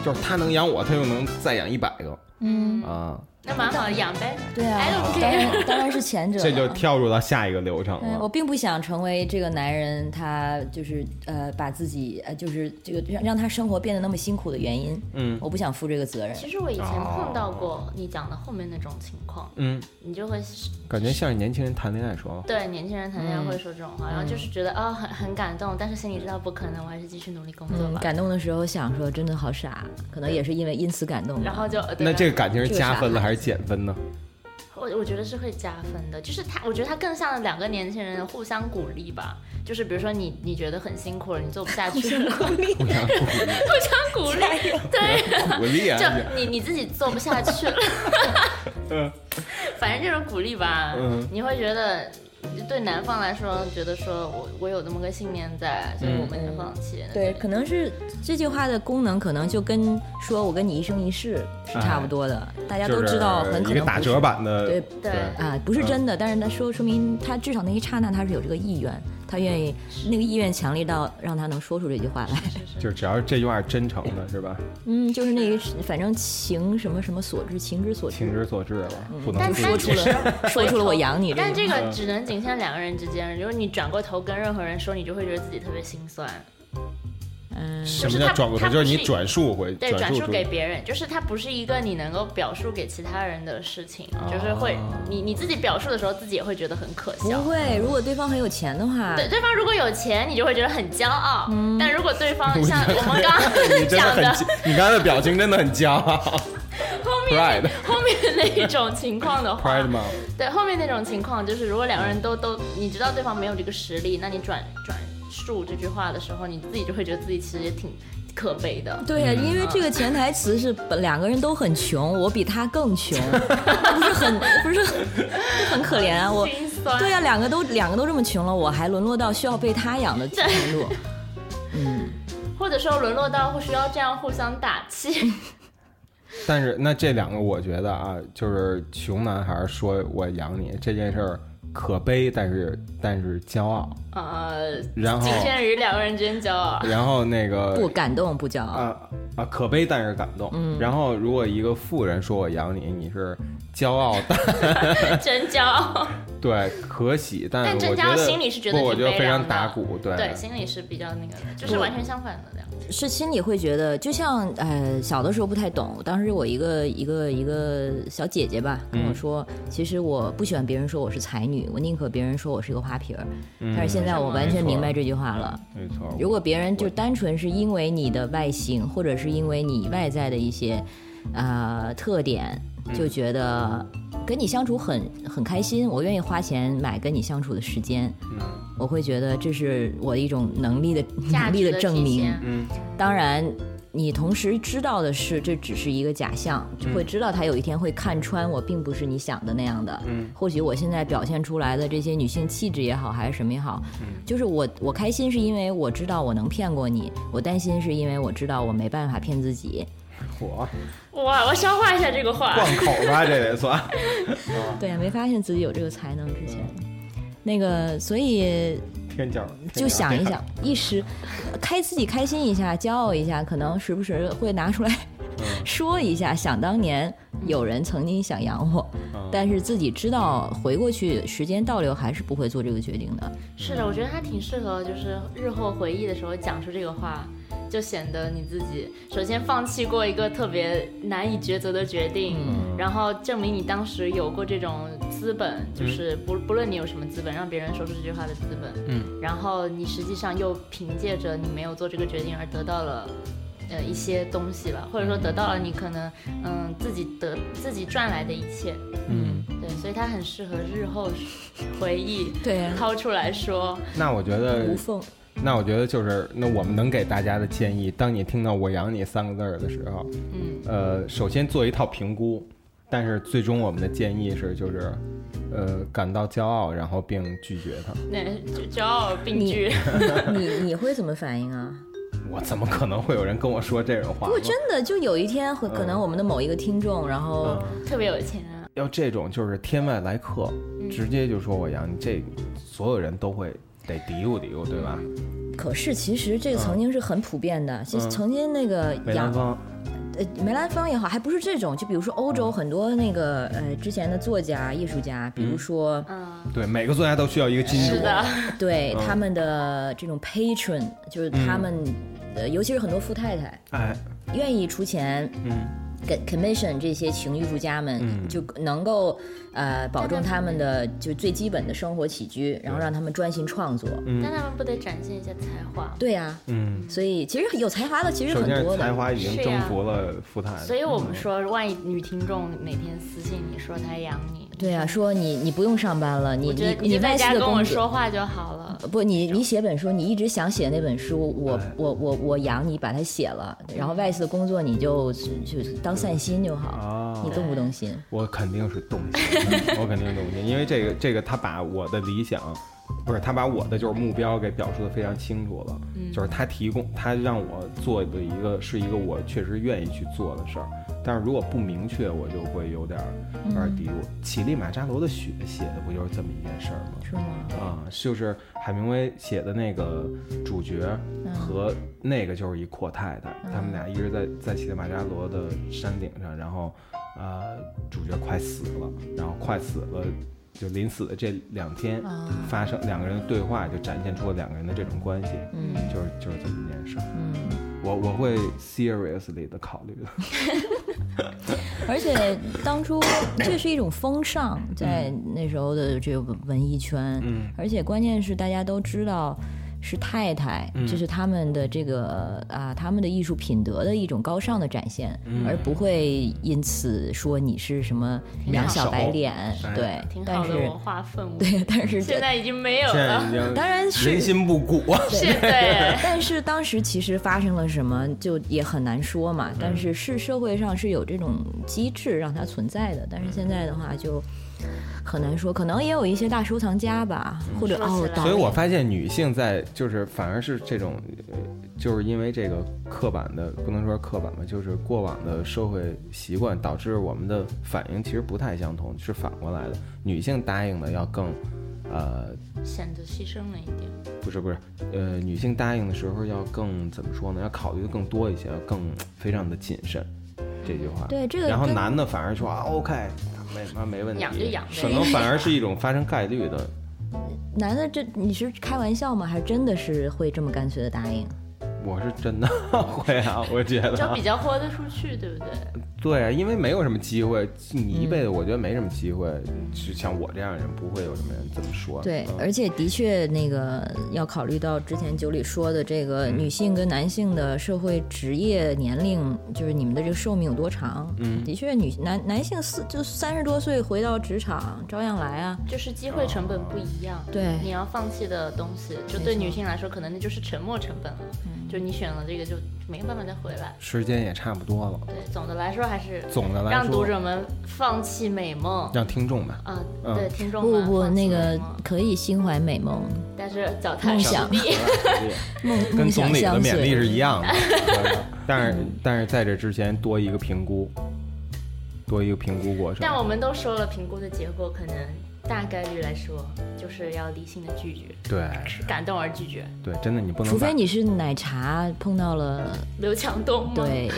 [SPEAKER 1] 就是他能养我，他又能再养一百个
[SPEAKER 2] 嗯，
[SPEAKER 1] 啊，
[SPEAKER 3] 那蛮好，养呗。
[SPEAKER 2] 对啊
[SPEAKER 3] I don't，care
[SPEAKER 2] 当然当然是前者了，
[SPEAKER 1] 这就跳入到下一个流程
[SPEAKER 2] 对，我
[SPEAKER 1] 了。
[SPEAKER 2] 并不想成为这个男人，他就是呃，把自己呃，就是这个让让他生活变得那么辛苦的原因。
[SPEAKER 1] 嗯
[SPEAKER 2] 我不想负这个责任。
[SPEAKER 3] 其实我以前碰到过你讲的后面那种情况，
[SPEAKER 1] 嗯，
[SPEAKER 3] 你就会
[SPEAKER 1] 感觉像是年轻人谈恋爱说，
[SPEAKER 3] 对啊年轻人谈恋爱会说这种话，
[SPEAKER 1] 嗯
[SPEAKER 3] 然后就是觉得啊很很感动，但是心里知道不可能，我还是继续努力工作
[SPEAKER 2] 嗯，
[SPEAKER 3] 吧。
[SPEAKER 2] 感动的时候想说，真的好傻，可能也是因为因此感动吧。
[SPEAKER 3] 然后就呃对
[SPEAKER 1] 嗯那
[SPEAKER 3] 吧
[SPEAKER 1] 这个感情是加分了还是减分呢？
[SPEAKER 3] 我我觉得是会加分的，就是他，我觉得他更像两个年轻人互相鼓励吧。就是比如说你你觉得很辛苦了，你做不下去 了，互相
[SPEAKER 1] 互相鼓励，
[SPEAKER 3] 鼓励，对，
[SPEAKER 1] 鼓励啊！
[SPEAKER 3] 就你你自己做不下去了，
[SPEAKER 1] 嗯
[SPEAKER 3] 反正这种鼓励吧，
[SPEAKER 1] 嗯
[SPEAKER 3] 你会觉得。对男方来说，觉得说我我有这么个信念在，所以
[SPEAKER 1] 嗯
[SPEAKER 3] 我们就放弃。
[SPEAKER 2] 对，可能是这句话的功能，可能就跟说我跟你一生一世是差不多的。大家都知道，
[SPEAKER 1] 哎就是
[SPEAKER 2] 很可
[SPEAKER 1] 一
[SPEAKER 2] 能
[SPEAKER 1] 个打
[SPEAKER 2] 不是
[SPEAKER 1] 折版的，
[SPEAKER 2] 对
[SPEAKER 3] 对
[SPEAKER 1] 嗯
[SPEAKER 2] 啊，不是真的，但是他说说明他至少那一刹那他是有这个意愿，他愿意那个意愿强烈到让他能说出这句话来。
[SPEAKER 1] 就是只要是这句话是真诚的，是吧？
[SPEAKER 2] 嗯，就是那个反正情什么什么所致，情之所
[SPEAKER 1] 情
[SPEAKER 2] 至，
[SPEAKER 1] 之所至了，
[SPEAKER 2] 嗯
[SPEAKER 1] 不能
[SPEAKER 3] 但
[SPEAKER 1] 自
[SPEAKER 3] 他
[SPEAKER 2] 说
[SPEAKER 1] 己
[SPEAKER 2] 出了说出了我养你
[SPEAKER 3] 但
[SPEAKER 2] 这
[SPEAKER 3] 这
[SPEAKER 2] 个。
[SPEAKER 1] 嗯
[SPEAKER 3] 个只能仅限两个人之间，如果你转过头跟任何人说，你就会觉得自己特别心酸。
[SPEAKER 2] 嗯，
[SPEAKER 3] 就
[SPEAKER 4] 什
[SPEAKER 3] 是
[SPEAKER 4] 么
[SPEAKER 3] 他
[SPEAKER 4] 叫转过
[SPEAKER 3] 他
[SPEAKER 4] 头？
[SPEAKER 3] 不
[SPEAKER 4] 就是你
[SPEAKER 3] 是
[SPEAKER 4] 转述回，
[SPEAKER 3] 对，转
[SPEAKER 4] 述
[SPEAKER 3] 述
[SPEAKER 4] 出
[SPEAKER 3] 给别人，就是它不是一个你能够表述给其他人的事情，就是会
[SPEAKER 1] 哦
[SPEAKER 3] 你你自己表述的时候，自己也会觉得很可
[SPEAKER 2] 不
[SPEAKER 3] 笑。
[SPEAKER 2] 会，如果对方很有钱的话，
[SPEAKER 3] 对，对方如果有钱，你就会觉得很骄傲；但如果对方像我们刚
[SPEAKER 1] 你
[SPEAKER 3] 刚
[SPEAKER 1] 真的
[SPEAKER 3] 讲
[SPEAKER 1] 很
[SPEAKER 3] 的
[SPEAKER 1] 骄，你刚才的表情真的很骄傲
[SPEAKER 3] 后 面
[SPEAKER 1] ，pride
[SPEAKER 3] 后面那一种情况的话
[SPEAKER 1] pride，吗？
[SPEAKER 3] 对后面那种情况就是，如果两个人都都你知道对方没有这个实力，那你转转述这句话的时候，你自己就会觉得自己其实也挺可悲的。
[SPEAKER 2] 对
[SPEAKER 1] 嗯
[SPEAKER 2] 呀，因为这个潜台词是本两个人都很穷，我比他更 穷，不是很不是很就很可怜啊？我
[SPEAKER 3] 心酸
[SPEAKER 2] 对呀、两个都两个都这么穷了，我还沦落到需要被他养的程度。
[SPEAKER 3] 或者说沦落到需要这样互相打气，
[SPEAKER 1] 但是那这两个，我觉得啊，就是穷男孩说我养你这件事儿可悲，但是但是骄傲，
[SPEAKER 3] 呃，
[SPEAKER 1] 然
[SPEAKER 2] 哦
[SPEAKER 1] 后
[SPEAKER 3] 仅限于两个人之间 交往。
[SPEAKER 1] 然后那个
[SPEAKER 2] 不感动不骄傲，
[SPEAKER 1] 啊啊，可悲但是感动。
[SPEAKER 2] 嗯
[SPEAKER 1] 然后如果一个富人说我养你，你是骄傲但
[SPEAKER 3] 真骄傲，
[SPEAKER 1] 对可喜，但
[SPEAKER 3] 但
[SPEAKER 1] 是
[SPEAKER 3] 真
[SPEAKER 1] 我
[SPEAKER 3] 骄
[SPEAKER 1] 觉
[SPEAKER 3] 傲
[SPEAKER 1] 得
[SPEAKER 3] 心里是觉得
[SPEAKER 1] 不我
[SPEAKER 3] 挺
[SPEAKER 1] 觉得
[SPEAKER 3] 悲
[SPEAKER 1] 非常
[SPEAKER 3] 凉的
[SPEAKER 1] 打鼓，对
[SPEAKER 3] 对，心里是比较那个的，就是完全相反的两个。
[SPEAKER 2] 是心里会觉得，就像呃小的时候不太懂，当时我一个一个一个小姐姐吧跟我说，其实我不喜欢别人说我是才女，我宁可别人说我是个花瓶儿。
[SPEAKER 3] 嗯
[SPEAKER 2] 但是现在我完全明白这句话了。
[SPEAKER 1] 嗯没错。
[SPEAKER 2] 如果别人就单纯是因为你的外形，或者是因为你外在的一些呃特点，
[SPEAKER 3] 嗯
[SPEAKER 2] 就觉得跟你相处很很开心，我愿意花钱买跟你相处的时间，
[SPEAKER 1] 嗯
[SPEAKER 2] 我会觉得这是我的一种能力的
[SPEAKER 3] 价
[SPEAKER 2] 能嗯力
[SPEAKER 3] 值
[SPEAKER 2] 的证
[SPEAKER 3] 体
[SPEAKER 2] 明
[SPEAKER 3] 现。
[SPEAKER 1] 嗯，
[SPEAKER 2] 当然。你同时知道的是，这只是一个假象，就会知道他有一天会看穿我，并不是你想的那样的。
[SPEAKER 1] 嗯，
[SPEAKER 2] 或许我现在表现出来的这些女性气质也好，还是什么也好，就是我我开心是因为我知道我能骗过你，我担心是因为我知道我没办法骗自己。
[SPEAKER 1] 我
[SPEAKER 3] 哇，我消化一下这个话。
[SPEAKER 1] 灌口吧，这也算。
[SPEAKER 2] 对啊，没发现自己有这个才能之前，那个所以
[SPEAKER 1] 天角儿
[SPEAKER 2] 就想 一，想，一时开自己开心一下，骄傲一下，可能时不时会拿出来 说一下。想当年有人曾经想养我，
[SPEAKER 1] 嗯
[SPEAKER 2] 但是自己知道回过去时间倒流还是不会做这个决定的。
[SPEAKER 3] 是的，我觉得他挺适合，就是日后回忆的时候讲出这个话，就显得你自己首先放弃过一个特别难以抉择的决定，
[SPEAKER 2] 嗯
[SPEAKER 3] 然后证明你当时有过这种资本，就是不不论你有什么资本，让别人说出这句话的资本，
[SPEAKER 1] 嗯，
[SPEAKER 3] 然后你实际上又凭借着你没有做这个决定而得到了。呃，一些东西吧，或者说得到了你可能，嗯，自己得自己赚来的一切，
[SPEAKER 1] 嗯，
[SPEAKER 3] 对，所以它很适合日后回忆
[SPEAKER 2] 对啊
[SPEAKER 3] 掏出来说，
[SPEAKER 1] 那我觉
[SPEAKER 2] 无
[SPEAKER 1] 得，
[SPEAKER 2] 缝
[SPEAKER 1] 那我觉得就是，那我们能给大家的建议，当你听到“我养你”三个字儿的时候，
[SPEAKER 3] 嗯。
[SPEAKER 1] 呃，首先做一套评估，但是最终我们的建议是，就是，呃，感到骄傲，然后并拒绝他。
[SPEAKER 3] 那就骄傲并居，
[SPEAKER 2] 你你会怎么反应啊？
[SPEAKER 1] 我怎么可能会有人跟我说这种
[SPEAKER 2] 不
[SPEAKER 1] 话呢？
[SPEAKER 2] 过真的，就有一天会可能我们的某一个听众，然
[SPEAKER 1] 嗯
[SPEAKER 2] 后
[SPEAKER 3] 特别有钱啊。嗯
[SPEAKER 1] 要这种就是天外来客，直接就说我养你，这所有人都会得嘀咕嘀咕，对吧？
[SPEAKER 2] 可是其实这个曾经是很普遍的，其实
[SPEAKER 1] 嗯
[SPEAKER 2] 曾经那个
[SPEAKER 1] 梅
[SPEAKER 2] 养
[SPEAKER 1] 兰芳，
[SPEAKER 2] 呃，梅兰芳也好，还不是这种，就比如说欧
[SPEAKER 1] 嗯
[SPEAKER 2] 洲很多那个呃之前的作家、艺术家，比如说、
[SPEAKER 3] 嗯，
[SPEAKER 1] 对每个作家都需要一个金主，
[SPEAKER 3] 是的，
[SPEAKER 1] 嗯
[SPEAKER 2] 对、他们的这种 patron，就是他们、
[SPEAKER 1] 嗯
[SPEAKER 2] 呃，尤其是很多富太太
[SPEAKER 1] 哎，
[SPEAKER 2] 愿意出钱，
[SPEAKER 1] 嗯。
[SPEAKER 2] 给 commission 这些情艺术家们、就能够呃保证他们的就最基本的生活起居，然后让他们专心创作。
[SPEAKER 3] 但他们不得展现一下才华？
[SPEAKER 2] 对呀、
[SPEAKER 1] 嗯，
[SPEAKER 2] 所以其实有才华的其实
[SPEAKER 1] 首
[SPEAKER 2] 很
[SPEAKER 1] 先
[SPEAKER 2] 多
[SPEAKER 1] 是
[SPEAKER 2] 的
[SPEAKER 1] 才。华已经征服了嗯富太太，
[SPEAKER 3] 所以我们说，万一女听众哪天私信你说她养你，
[SPEAKER 2] 对呀、说你你不用上班了，你
[SPEAKER 3] 我觉
[SPEAKER 2] 你
[SPEAKER 3] 得你
[SPEAKER 2] 你
[SPEAKER 3] 就在
[SPEAKER 2] 外
[SPEAKER 3] 家
[SPEAKER 2] 事的
[SPEAKER 3] 跟我
[SPEAKER 2] 工作。
[SPEAKER 3] 说话就好了。
[SPEAKER 2] 不，你你写本书，你一直想写那本书，我
[SPEAKER 1] 哎
[SPEAKER 2] 我我我养你把它写了，然后外事的工作你就就就当散心就好了，
[SPEAKER 1] 啊，
[SPEAKER 2] 你动不动心？
[SPEAKER 1] 我肯定是动心的，我肯定是动心，因为这个这个他把我的理想，不是他把我的就是目标给表述的非常清楚了，就是他提供他让我做的一个是一个我确实愿意去做的事儿，但但是如果不明确，我就会有点儿有点儿低落。乞力马扎罗的雪写的不就是这么一件事儿吗？
[SPEAKER 2] 是吗？
[SPEAKER 1] 啊、就是海明威写的那个主角
[SPEAKER 2] 嗯
[SPEAKER 1] 和那个就是一阔太太，他们俩一直在在乞力马扎罗的山顶上，然后呃，主角快死了，然后快死了。就临死的这两天
[SPEAKER 2] 啊
[SPEAKER 1] 发生两个人的对话，就展现出了两个人的这种关系，
[SPEAKER 2] 嗯
[SPEAKER 1] 就是就是这么一件事儿。
[SPEAKER 2] 嗯，
[SPEAKER 1] 我我会 seriously 的考虑的。
[SPEAKER 2] 而且当初这是一种风尚，在那时候的这个文艺圈，
[SPEAKER 1] 嗯
[SPEAKER 2] 而且关键是大家都知道。是太太，这是他们的这个啊，他们的艺术品德的一种高尚的展现，而不会因此说你是什么两小白脸，
[SPEAKER 1] 哎
[SPEAKER 2] 对。
[SPEAKER 3] 挺
[SPEAKER 2] 但
[SPEAKER 3] 好的哦
[SPEAKER 2] 是
[SPEAKER 3] 文化氛围。
[SPEAKER 2] 对， 但是
[SPEAKER 3] 现在已经没有
[SPEAKER 1] 现在
[SPEAKER 3] 了
[SPEAKER 1] 已。经
[SPEAKER 2] 当然是
[SPEAKER 1] 人心不古啊。
[SPEAKER 3] 是对，
[SPEAKER 2] 但是当时其实发生了什么，就也很难说
[SPEAKER 3] 嗯
[SPEAKER 2] 嘛。但是是社会上是有这种机制让它存在的，但是现在的话就很难说，可能也有一些大收藏家吧，或者
[SPEAKER 3] 嗯说起
[SPEAKER 2] 哦，
[SPEAKER 3] 来
[SPEAKER 2] 导
[SPEAKER 1] 所以
[SPEAKER 2] 演
[SPEAKER 1] 我发现女性在就是反而是这种，呃就是因为这个刻板的不能说刻板吧，就是过往的社会习惯导致我们的反应其实不太相同，是反过来的。女性答应的要更，呃，
[SPEAKER 3] 显得牺牲了一点。
[SPEAKER 1] 不是不是，呃，女性答应的时候要更怎么说呢？要考虑的更多一些，要更非常的谨慎。这句话
[SPEAKER 2] 对这个
[SPEAKER 1] 然后
[SPEAKER 2] 跟
[SPEAKER 1] 男的反而说啊，OK，没妈没问题，
[SPEAKER 3] 养就养呗
[SPEAKER 1] 可能反而是一种发生概率的。
[SPEAKER 2] 男的这你是开玩笑吗？还是真的是会这么干脆的答应？
[SPEAKER 1] 我是真的 会啊，我觉得
[SPEAKER 3] 就比较豁得出去，对不对？
[SPEAKER 1] 对啊，因为没有什么机会，你一
[SPEAKER 2] 嗯
[SPEAKER 1] 辈子我觉得没什么机会，就像我这样的人，不会有什么人这么说。
[SPEAKER 2] 对，
[SPEAKER 1] 嗯
[SPEAKER 2] 而且的确，那个要考虑到之前九里说的这个
[SPEAKER 1] 嗯
[SPEAKER 2] 女性跟男性的社会职业年龄，就是你们的这个寿命有多长。嗯，的确女，男男性四就三十多岁回到职场，照样来啊。
[SPEAKER 3] 就是机会成本不一样，
[SPEAKER 2] 对
[SPEAKER 3] 你要放弃的东西，就
[SPEAKER 2] 没
[SPEAKER 3] 对
[SPEAKER 2] 错嗯
[SPEAKER 3] 女性来说，可能那就是沉没成本了。就你选了这个，就没有办法再回来。
[SPEAKER 1] 时间也差不多了，
[SPEAKER 3] 对，总的来说还是
[SPEAKER 1] 总的来
[SPEAKER 3] 让读
[SPEAKER 1] 说，
[SPEAKER 3] 者们放弃美梦
[SPEAKER 1] 让听 众吧，
[SPEAKER 3] 啊，
[SPEAKER 1] 嗯
[SPEAKER 3] 对听众
[SPEAKER 2] 不不
[SPEAKER 3] 们
[SPEAKER 2] 不，
[SPEAKER 3] 放弃
[SPEAKER 2] 那
[SPEAKER 3] 美
[SPEAKER 2] 个
[SPEAKER 3] 梦
[SPEAKER 2] 可以心怀美梦，
[SPEAKER 3] 但是脚踏
[SPEAKER 2] 梦
[SPEAKER 3] 实
[SPEAKER 2] 想
[SPEAKER 3] 地，
[SPEAKER 2] 梦
[SPEAKER 1] 跟
[SPEAKER 2] 梦
[SPEAKER 1] 总
[SPEAKER 2] 想
[SPEAKER 1] 理的
[SPEAKER 2] 相
[SPEAKER 1] 勉励
[SPEAKER 2] 随。
[SPEAKER 1] 是一 样的。嗯但是但是在这之前多一个评估，多一个评估过程
[SPEAKER 3] 但。我们都说了，评估的结果可能大概率来说就是要理性的拒绝，
[SPEAKER 1] 对
[SPEAKER 3] 感动而拒绝。
[SPEAKER 1] 对，真的你不能
[SPEAKER 2] 除
[SPEAKER 1] 把
[SPEAKER 2] 非你是奶茶碰到了
[SPEAKER 3] 刘强东吗，啊
[SPEAKER 2] 对，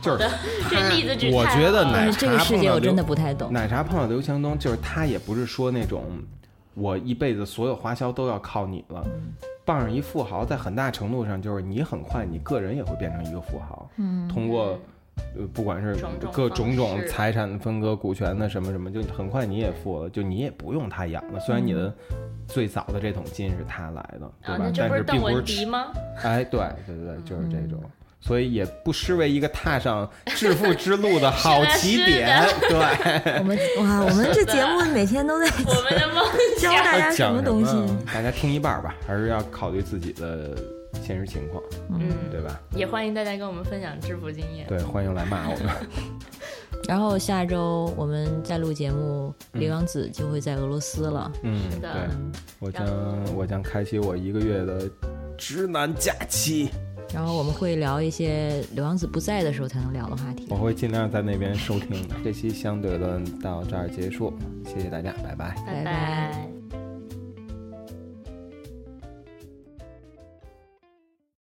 [SPEAKER 1] 就是
[SPEAKER 3] 这例子举
[SPEAKER 1] 我
[SPEAKER 3] 太
[SPEAKER 1] 觉得
[SPEAKER 3] 好了
[SPEAKER 2] 嗯
[SPEAKER 1] 奶
[SPEAKER 2] 但是这个
[SPEAKER 1] 茶
[SPEAKER 2] 世
[SPEAKER 1] 碰
[SPEAKER 2] 界
[SPEAKER 1] 到
[SPEAKER 2] 我真
[SPEAKER 1] 刘
[SPEAKER 2] 的不太懂。
[SPEAKER 1] 奶茶碰到刘强东，就是他也不是说那种我一辈子所有花销都要靠你了。傍上一富豪，在很大程度上就是你很快你个人也会变成一个富豪，嗯，通过呃不管是
[SPEAKER 3] 种种
[SPEAKER 1] 各
[SPEAKER 3] 方
[SPEAKER 1] 种种
[SPEAKER 3] 式
[SPEAKER 1] 财产的分割、股权的什么什么，就很快你也富了，就你也不用他养了。虽然你的最早的这桶金是他来的，对
[SPEAKER 3] 啊，
[SPEAKER 1] 吧
[SPEAKER 3] 那？这
[SPEAKER 1] 但
[SPEAKER 3] 不
[SPEAKER 1] 是
[SPEAKER 3] 邓
[SPEAKER 1] 并不
[SPEAKER 3] 文
[SPEAKER 1] 是
[SPEAKER 3] 迪 吗？
[SPEAKER 1] 哎，对对对，对，就是这种，所以也不失为一个踏上致富之路的好
[SPEAKER 3] 的
[SPEAKER 1] 起
[SPEAKER 3] 是
[SPEAKER 1] 点。对。
[SPEAKER 2] 我们哇，我们这节目每天都在
[SPEAKER 3] 我们的梦
[SPEAKER 2] 教大家什
[SPEAKER 1] 讲
[SPEAKER 2] 么东西。
[SPEAKER 1] 大家听一半儿吧，还是要考虑自己的现实情况，
[SPEAKER 3] 嗯，
[SPEAKER 1] 对吧？
[SPEAKER 3] 也欢迎大家跟我们分享致富经验。
[SPEAKER 1] 对，欢迎来骂我 们。
[SPEAKER 2] 然后下周我们再录节目，李王子就会在俄罗斯了。
[SPEAKER 1] 嗯，
[SPEAKER 3] 是的
[SPEAKER 1] 对，我将我将开启我一个月的直男假期，
[SPEAKER 2] 然后我们会聊一些刘王子不在的时候才能聊的话题
[SPEAKER 1] 我。会尽量在那边收听的。这期相对论到这儿结束，谢谢大家，拜拜。
[SPEAKER 3] 拜
[SPEAKER 2] 拜拜
[SPEAKER 3] 拜。